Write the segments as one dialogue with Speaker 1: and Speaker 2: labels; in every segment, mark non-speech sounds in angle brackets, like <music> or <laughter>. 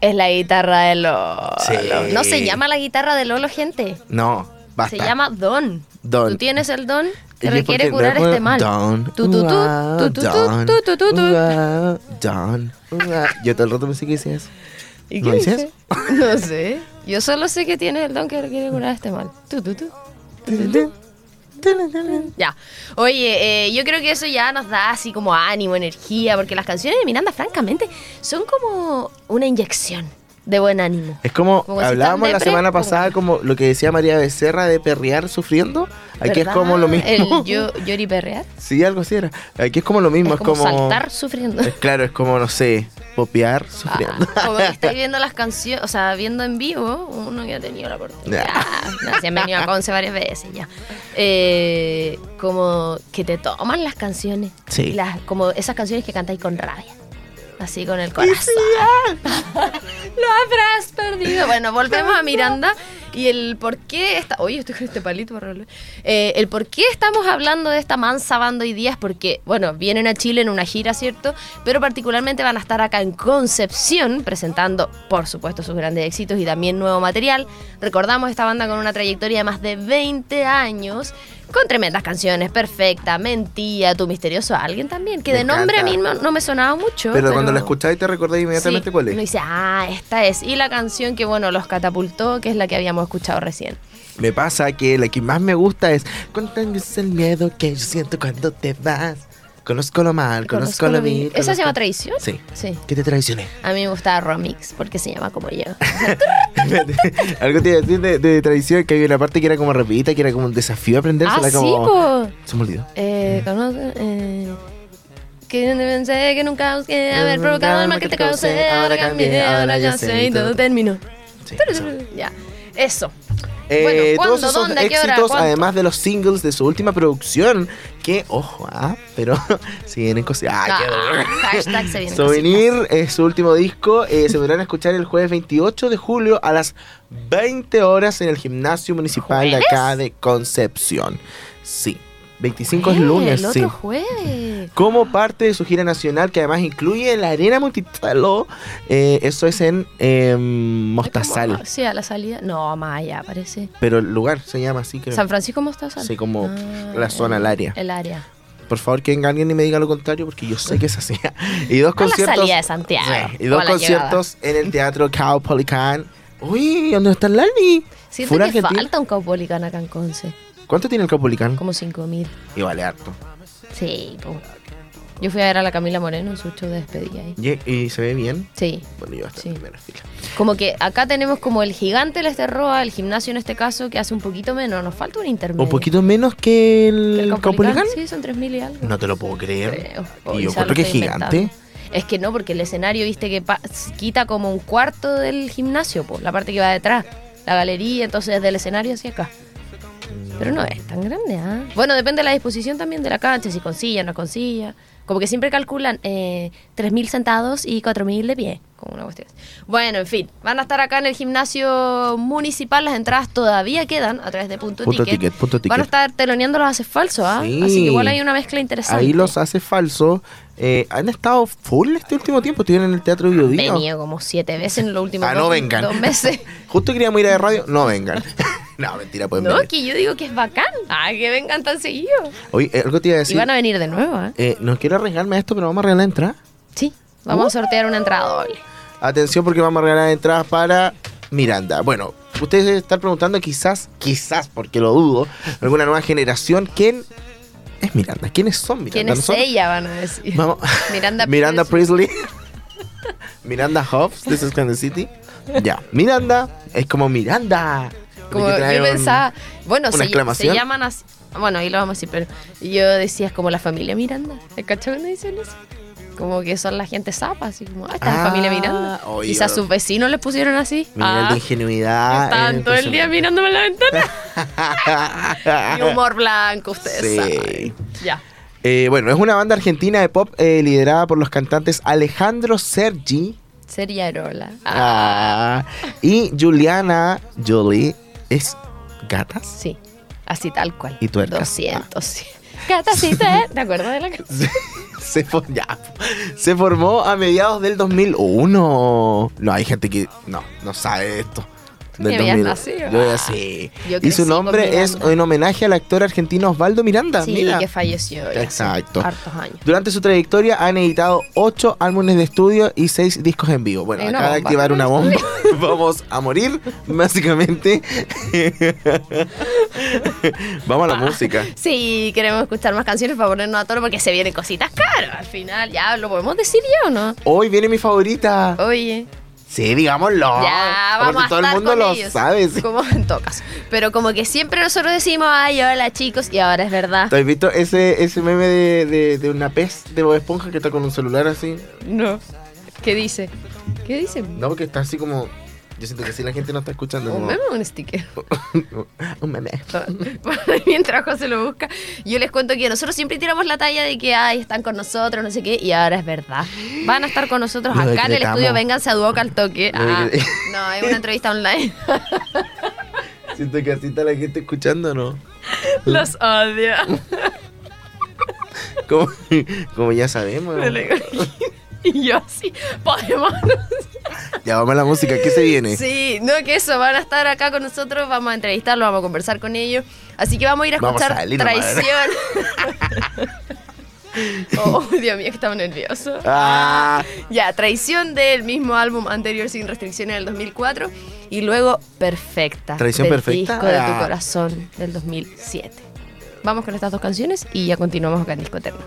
Speaker 1: Es la guitarra de Lolo.
Speaker 2: Sí.
Speaker 1: No se llama la guitarra de Lolo, gente.
Speaker 2: No, basta.
Speaker 1: Se llama don.
Speaker 2: Don.
Speaker 1: Tú tienes el don
Speaker 2: Y
Speaker 1: que
Speaker 2: yo
Speaker 1: requiere
Speaker 2: porque
Speaker 1: curar
Speaker 2: luego-
Speaker 1: este mal.
Speaker 2: Don.
Speaker 1: Tu, tu, tu,
Speaker 2: uah,
Speaker 1: tu, tu, tu,
Speaker 2: don,
Speaker 1: tu, tu, tu, tu.
Speaker 2: uah, don, uah. Yo todo el rato pensé que decía eso.
Speaker 1: ¿Y
Speaker 2: ¿No
Speaker 1: qué
Speaker 2: dices?
Speaker 1: dice? <laughs> No sé. Yo solo sé que tienes el don que requiere curar este mal. Tu, tu, tu. Ya. Oye, eh, yo creo que eso ya nos da así como ánimo, energía, porque las canciones de Miranda, francamente, son como una inyección de buen ánimo.
Speaker 2: Es como,
Speaker 1: Como si
Speaker 2: hablábamos
Speaker 1: están
Speaker 2: la
Speaker 1: depre,
Speaker 2: semana
Speaker 1: como-
Speaker 2: pasada, como lo que decía María Becerra de perrear sufriendo. Aquí es
Speaker 1: ¿Verdad?
Speaker 2: como lo mismo.
Speaker 1: El yo, lloriperrear.
Speaker 2: <laughs> Sí, algo así era. Aquí es como lo mismo.
Speaker 1: Es
Speaker 2: Es
Speaker 1: como,
Speaker 2: como,
Speaker 1: saltar sufriendo.
Speaker 2: es claro, es como, no sé, popear sufriendo.
Speaker 1: Ah,
Speaker 2: <laughs>
Speaker 1: como que estáis viendo las canciones, o sea, viendo en vivo, uno ya ha tenido la oportunidad. No, si han venido a Conce varias veces ya. Eh, como que te toman las canciones.
Speaker 2: Sí.
Speaker 1: Y Las, como esas canciones que cantáis con rabia. Así con el corazón. Lo habrás perdido. Bueno, volvemos a Miranda. Y el por qué está. Oye, estoy con este palito para volver. Eh, el por qué estamos hablando de esta mansa banda hoy día es porque, bueno, vienen a Chile en una gira, ¿cierto? Pero particularmente van a estar acá en Concepción presentando, por supuesto, sus grandes éxitos y también nuevo material. Recordamos esta banda con una trayectoria de más de 20 años. Con tremendas canciones, perfecta, mentía, tu misterioso alguien también, que
Speaker 2: Me
Speaker 1: de nombre a mí
Speaker 2: encanta.
Speaker 1: no, no me sonaba mucho.
Speaker 2: pero, cuando la escucháis te recordáis inmediatamente
Speaker 1: Sí,
Speaker 2: cuál es.
Speaker 1: uno dice, ah, esta es. Y la canción que, bueno, los catapultó, que es la que habíamos escuchado recién.
Speaker 2: Me pasa que la que más me gusta es Cuéntame el miedo que yo siento cuando te vas. Conozco lo mal, conozco, lo bien.
Speaker 1: ¿Esa se llama
Speaker 2: conozco-
Speaker 1: Traición?
Speaker 2: Sí.
Speaker 1: Sí.
Speaker 2: ¿Qué te traicioné? <laughs>
Speaker 1: A mí me gustaba Romix, porque se llama como yo.
Speaker 2: Algo te iba a decir de, de traición, que había una parte que era como rapidita, que era como un desafío aprendérsela
Speaker 1: ah, sí,
Speaker 2: como...
Speaker 1: po.
Speaker 2: Se me olvidó.
Speaker 1: Eh, conozco. Eh, que no pensé que nunca busqué haber provocado el mal que te causé. Ahora cambié, ahora ya sé, y todo terminó.
Speaker 2: Sí, eso.
Speaker 1: <laughs> Ya. Eso.
Speaker 2: Eh,
Speaker 1: Bueno,
Speaker 2: todos
Speaker 1: ¿cuándo?
Speaker 2: esos
Speaker 1: ¿Dónde? ¿A qué hora?
Speaker 2: éxitos,
Speaker 1: ¿Cuánto?
Speaker 2: además de los singles de su última producción, que, ojo, ah, pero <laughs> si vienen cosas. Ah, qué dolor.
Speaker 1: Ah, hashtag se <laughs> viene.
Speaker 2: Souvenir es su último disco. eh,
Speaker 1: <laughs>
Speaker 2: se podrán escuchar el jueves 28 de julio a las 20 horas en el gimnasio municipal de acá de Concepción. Sí, 25 es lunes,
Speaker 1: El
Speaker 2: sí.
Speaker 1: otro jueves.
Speaker 2: Como parte de su gira nacional, que además incluye la Arena Multitaló, eh, eso es en eh,
Speaker 1: Es
Speaker 2: Mostazal,
Speaker 1: como- Sí, a la salida. No, más allá, parece.
Speaker 2: pero el lugar se llama así, creo.
Speaker 1: San Francisco Mostazal.
Speaker 2: Así como
Speaker 1: Ah,
Speaker 2: la zona, el área.
Speaker 1: El área.
Speaker 2: Por favor, que venga alguien y me diga lo contrario, porque yo sé que es así. <laughs> Y dos
Speaker 1: Con la
Speaker 2: conciertos.
Speaker 1: salida de Santiago.
Speaker 2: Sí, y dos
Speaker 1: o a la
Speaker 2: conciertos en el teatro Caupolicán. Uy, ¿dónde está el Lani?
Speaker 1: llegada. Siento que
Speaker 2: ¿Fuera Argentina?
Speaker 1: falta un Caupolicán acá en Conce.
Speaker 2: ¿Cuánto tiene el Caupolicán?
Speaker 1: Como 5.000.
Speaker 2: Y vale harto.
Speaker 1: Sí, po. Yo fui a ver a la Camila Moreno en su show de despedida ahí.
Speaker 2: Y, y se ve bien.
Speaker 1: Sí.
Speaker 2: Bueno, yo hasta
Speaker 1: Sí.
Speaker 2: en primera fila.
Speaker 1: Como que acá tenemos como el gigante de la Esterroa, el gimnasio en este caso, que hace un poquito menos. Nos falta un intermedio.
Speaker 2: Un poquito menos que el,
Speaker 1: ¿El
Speaker 2: Caupolicán.
Speaker 1: Caupolicán? Sí, son 3.000 y algo.
Speaker 2: No te lo puedo creer.
Speaker 1: creo. O
Speaker 2: y yo
Speaker 1: quizá
Speaker 2: encuentro
Speaker 1: lo
Speaker 2: que es
Speaker 1: estoy
Speaker 2: gigante.
Speaker 1: inventando. Es que no, porque el escenario, viste, que pa- quita como un cuarto del gimnasio, po, la parte que va detrás, la galería, entonces desde el escenario hacia acá. Pero no es tan grande, ¿ah? Bueno, depende de la disposición también de la cancha, si con silla, no con silla. Como que siempre calculan eh, 3.000 sentados y 4.000 de pie, como una cuestión. Bueno, en fin, van a estar acá en el gimnasio municipal, las entradas todavía quedan a través de Punto,
Speaker 2: Punto
Speaker 1: ticket.
Speaker 2: Ticket, Punto
Speaker 1: Van a
Speaker 2: Ticket.
Speaker 1: estar teloneando los haces falsos, ¿ah?
Speaker 2: Sí.
Speaker 1: Así que igual hay una mezcla interesante.
Speaker 2: Ahí los hace falso. Eh, han estado full este último tiempo. Estuvieron en el Teatro
Speaker 1: He
Speaker 2: Biodío.
Speaker 1: venido como siete veces en los últimos
Speaker 2: Ah,
Speaker 1: dos,
Speaker 2: <laughs> no vengan.
Speaker 1: dos meses.
Speaker 2: Justo queríamos ir a la radio. No vengan. <laughs> no, mentira, pueden
Speaker 1: no,
Speaker 2: venir.
Speaker 1: que yo digo que es bacán. Ah, que vengan tan seguido.
Speaker 2: Oye, eh, algo te iba a decir.
Speaker 1: Y van a venir de nuevo, ¿eh?
Speaker 2: Eh, no quiero arriesgarme a esto, pero vamos a regalar entradas.
Speaker 1: Sí. Vamos a
Speaker 2: Uh.
Speaker 1: sortear una entrada doble.
Speaker 2: Atención porque vamos a regalar entradas para Miranda. Bueno, ustedes deben estar preguntando quizás, quizás, porque lo dudo, alguna nueva generación, ¿quién es Miranda? ¿Quiénes son Miranda?
Speaker 1: ¿Quién es
Speaker 2: Nosotros-
Speaker 1: ella? Van a decir.
Speaker 2: Vamos.
Speaker 1: <laughs> Miranda
Speaker 2: Miranda
Speaker 1: Priestly.
Speaker 2: Priestley. <laughs> Miranda Hobbs, This is Kansas City. Ya, Miranda es como Miranda.
Speaker 1: Como
Speaker 2: Porque
Speaker 1: yo
Speaker 2: trae un-
Speaker 1: pensaba. Bueno,
Speaker 2: una
Speaker 1: se, se
Speaker 2: exclamación.
Speaker 1: llaman así. Bueno, ahí lo vamos a decir, pero yo decía, es como la familia Miranda. ¿El cachón cuando dicen eso? Como que son la gente zapa, así como, ah, esta es la
Speaker 2: Ah,
Speaker 1: familia Miranda.
Speaker 2: oye,
Speaker 1: Quizás
Speaker 2: bueno.
Speaker 1: sus vecinos les pusieron así.
Speaker 2: Mi nivel de ingenuidad.
Speaker 1: ah, estaban
Speaker 2: es
Speaker 1: todo el día mirándome en la
Speaker 2: <laughs>
Speaker 1: ventana.
Speaker 2: impresionante.
Speaker 1: Y humor blanco, ustedes
Speaker 2: Sí.
Speaker 1: saben. Ya.
Speaker 2: Eh, bueno, es una banda argentina de pop eh, liderada por los cantantes Alejandro Sergi
Speaker 1: Sería Arola.
Speaker 2: ah, y Juliana Jolie. ¿Es gatas?
Speaker 1: Sí, así tal cual.
Speaker 2: Y tuercas. <laughs>
Speaker 1: 200. sí. Gata, sí, te- ¿Te acuerdas de la canción?
Speaker 2: <laughs> se, for- ya. se formó a mediados del 2001. No, hay gente que no, no sabe esto.
Speaker 1: Tú ya habías nacido.
Speaker 2: Yo ya sí.
Speaker 1: Yo
Speaker 2: Y
Speaker 1: crecí
Speaker 2: su
Speaker 1: con
Speaker 2: nombre es
Speaker 1: Miranda.
Speaker 2: en homenaje al actor argentino Osvaldo Miranda.
Speaker 1: Sí,
Speaker 2: Mira.
Speaker 1: que falleció. ya hace
Speaker 2: Exacto.
Speaker 1: Hartos años.
Speaker 2: Durante su trayectoria han editado 8 álbumes de estudio y 6 discos en vivo. Bueno,
Speaker 1: Hay una
Speaker 2: acaba de
Speaker 1: Eh, bomba.
Speaker 2: activar
Speaker 1: <laughs>
Speaker 2: una bomba. <laughs> Vamos a morir, básicamente. <laughs> Vamos a la música.
Speaker 1: Sí, queremos escuchar más canciones para ponernos a toro porque se vienen cositas caras al final. Ya, ¿lo podemos decir ya o no?
Speaker 2: Hoy viene mi favorita.
Speaker 1: Oye,
Speaker 2: Sí, digámoslo.
Speaker 1: ya
Speaker 2: Aparte,
Speaker 1: vamos a
Speaker 2: todo el
Speaker 1: estar
Speaker 2: mundo
Speaker 1: con
Speaker 2: lo
Speaker 1: ellos.
Speaker 2: sabe. sí.
Speaker 1: Como <laughs> en todo caso. Pero como que siempre nosotros decimos, ay, hola chicos, y ahora es verdad.
Speaker 2: ¿Te has visto ese, ese meme de, de- de una pez de Bob Esponja que está con un celular así?
Speaker 1: No. ¿Qué dice? ¿Qué dice?
Speaker 2: No, porque está así como. Yo siento que si la gente no está escuchando.
Speaker 1: ¿Un
Speaker 2: como-
Speaker 1: meme o un sticker?
Speaker 2: <laughs>
Speaker 1: <laughs>
Speaker 2: un meme.
Speaker 1: Bueno, Mientras José lo busca, yo les cuento que nosotros siempre tiramos la talla de que ay, están con nosotros, no sé qué, y ahora es verdad. Van a estar con nosotros
Speaker 2: Lo
Speaker 1: acá en el
Speaker 2: decretamos.
Speaker 1: estudio, vénganse a Duoc al toque.
Speaker 2: Lo
Speaker 1: Ah,
Speaker 2: decre-
Speaker 1: no, es una entrevista
Speaker 2: <laughs>
Speaker 1: online.
Speaker 2: Siento que así está la gente escuchando, ¿no?
Speaker 1: Los odio.
Speaker 2: <laughs> Como, como ya sabemos.
Speaker 1: Me lo imagino. Y yo así, podemos.
Speaker 2: Ya vamos a la música. ¿Qué se viene?
Speaker 1: Sí, no que eso, van a estar acá con nosotros, vamos a entrevistarlos, vamos a conversar con ellos. Así que vamos a ir a
Speaker 2: Vamos a
Speaker 1: escuchar
Speaker 2: salir nomás.
Speaker 1: Traición.
Speaker 2: <laughs>
Speaker 1: <laughs> oh, Dios mío, que estaba nervioso.
Speaker 2: Ah,
Speaker 1: Ya, Traición del mismo álbum anterior sin restricciones del 2004 y luego Perfecta.
Speaker 2: Traición
Speaker 1: del
Speaker 2: Perfecta.
Speaker 1: Disco de tu
Speaker 2: Ah.
Speaker 1: corazón del 2007. Vamos con estas dos canciones y ya continuamos acá en Disco Eterno.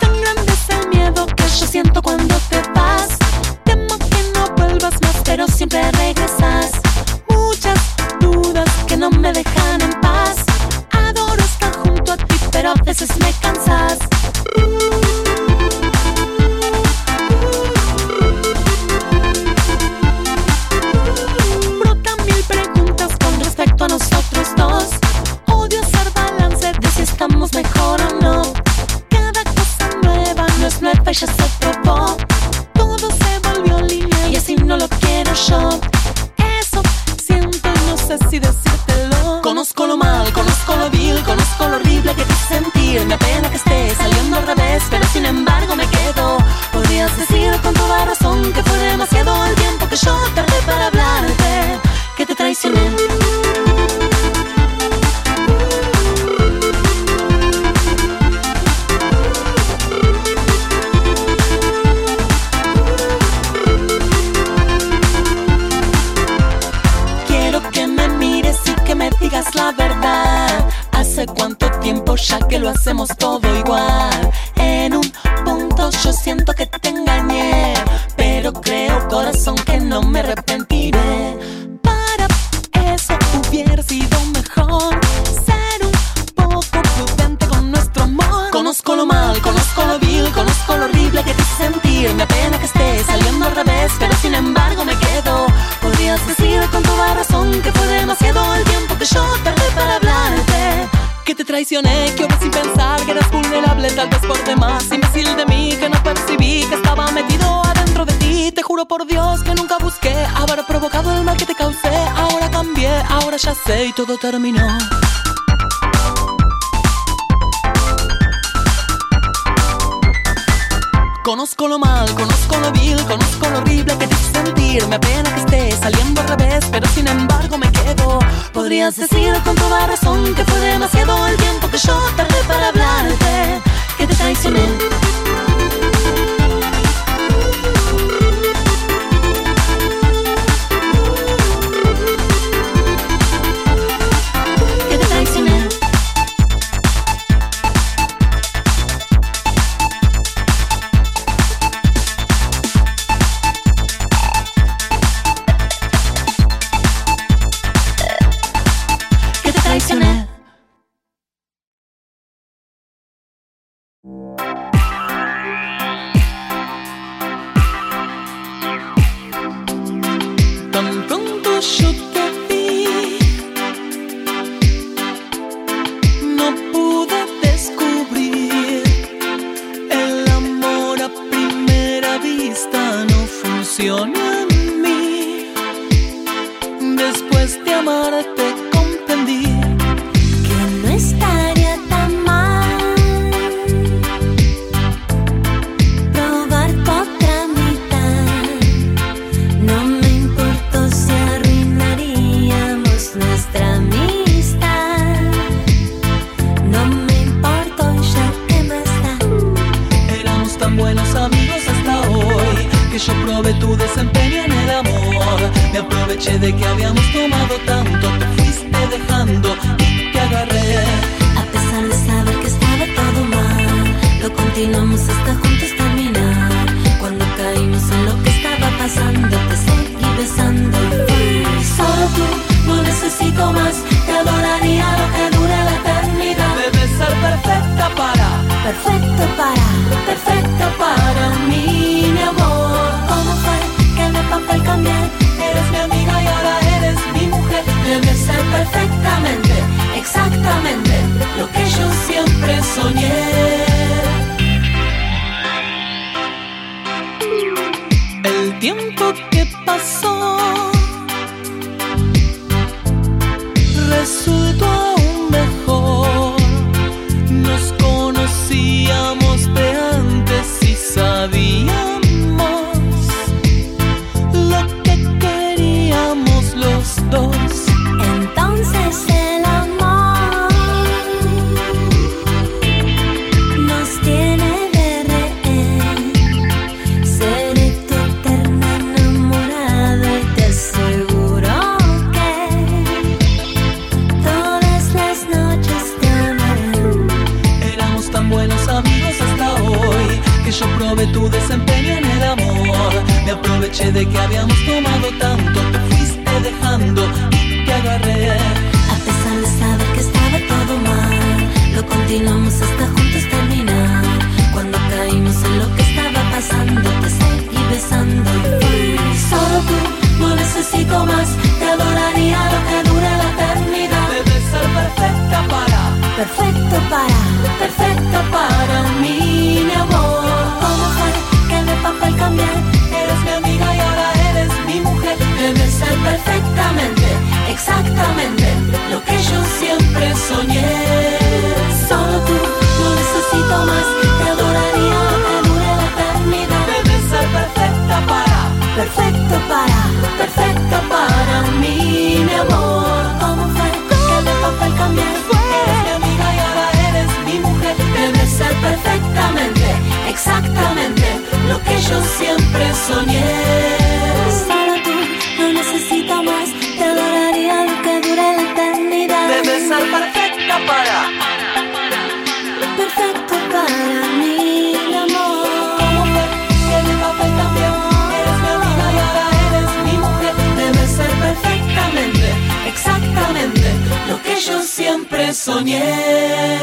Speaker 3: Tan grande es el miedo que yo siento cuando te vas. Temo que no vuelvas más, pero siempre regresas. Muchas dudas que no me dejan en paz. Adoro estar junto a ti, pero a veces me cansas. Brotan mil preguntas con respecto a nosotros dos. Odio hacer balance de si estamos mejor o no. Cada cosa nueva no es nueva y ya se probó. Todo se volvió línea y así no lo quiero yo. Eso siento, no sé si decírtelo. Conozco lo mal, conozco lo vil, conozco lo horrible que te sentir. Me apena que esté saliendo al revés, pero sin embargo me quedo. Podrías decir con toda razón que fue demasiado el tiempo que yo tardé para hablarte, que te traicioné. Quiero que me mires y que me digas la verdad. Hace cuánto tiempo ya que lo hacemos todo igual. En un punto yo siento que te engañé, pero creo corazón que no me arrepentiré. Para eso hubiera sido mejor ser un poco prudente con nuestro amor. Conozco lo mal, conozco lo vil, conozco lo horrible que te hice sentir. Me apena que esté saliendo al revés, pero sin embargo me quedo. Podrías decir con toda razón que fue demasiado el tiempo que yo tardé para hablarte. Que te traicioné, que obra sin pensar que eras vulnerable, tal vez por demás. Imbécil de mí, que no percibí que estaba metido adentro de ti. Te juro por Dios que nunca busqué haber provocado el mal que te causé. Ahora cambié, ahora ya sé y todo terminó. Conozco lo mal, conozco lo vil, conozco lo horrible que te hice sentir. Me apena que esté saliendo al revés, pero sin embargo me quedo. Podrías decir con toda razón que fue demasiado el tiempo que yo tardé para hablarte, que te traicioné. Que te traicioné. que te traicioné. Tan pronto yo te vi, traicione a mí. Después de amarte comprendí que no estaría tan mal probar tu otra mitad. No me importó si arruinaríamos nuestra amistad. No me importó ya que más da. Éramos tan buenos amigos hasta hoy que yo probé tu desempeño en el amor. Me aproveché de que habíamos tomado tanto, te fuiste dejando y te agarré. A pesar de saber que estaba todo mal, lo continuamos hasta juntos terminar. Cuando caímos en lo que estaba pasando, te seguí besando. Solo tú, no necesito más, te adoraría lo que dure la eternidad. Debes ser perfecta para perfecto para, perfecto para mí, mi amor. ¿Cómo fue que de papel cambié? Eres mi amiga y ahora eres mi mujer. Debes ser perfectamente, exactamente lo que yo siempre soñé. El tiempo que pasó resultó aún mejor. Nos conocíamos de antes y sabíamos lo que queríamos los dos. Entonces el amor nos tiene de rehén. Seré tu eterna enamorada y te aseguro que Todas las noches te amaré. Éramos tan buenos amigos hasta hoy que yo probé tu desempeño en el amor. Me aproveché de que habíamos tomado tanto, te fuiste dejando y te agarré. A pesar de saber que estaba todo mal, lo continuamos hasta juntos terminar. Cuando caímos en lo que estaba pasando, te seguí besando y fui. Solo tú, no necesito más, te adoraría lo que dure la eternidad. Debes ser perfecta para, perfecto para, perfecto para mí, mi amor. ¿Cómo fue que de papel cambié? Eres mi amiga y ahora eres mi mujer. Debes ser perfectamente, exactamente lo que yo siempre soñé. Solo tú, no necesito más, te adoraría lo que dure la eternidad. Debes ser perfecta para, perfecto para, perfecto para mí, mi amor. ¿Cómo fue que de papel cambié? Eres mi amiga y ahora eres mi mujer. Debes ser perfectamente, exactamente lo que yo siempre soñé. Solo tú, no necesito más, te adoraría lo que dure la eternidad. Debes ser perfecta para perfecto para mí, mi amor. Como fue que de papel cambió? Eres mi amiga y ahora eres mi mujer. Debes ser perfectamente, exactamente lo que yo siempre soñé.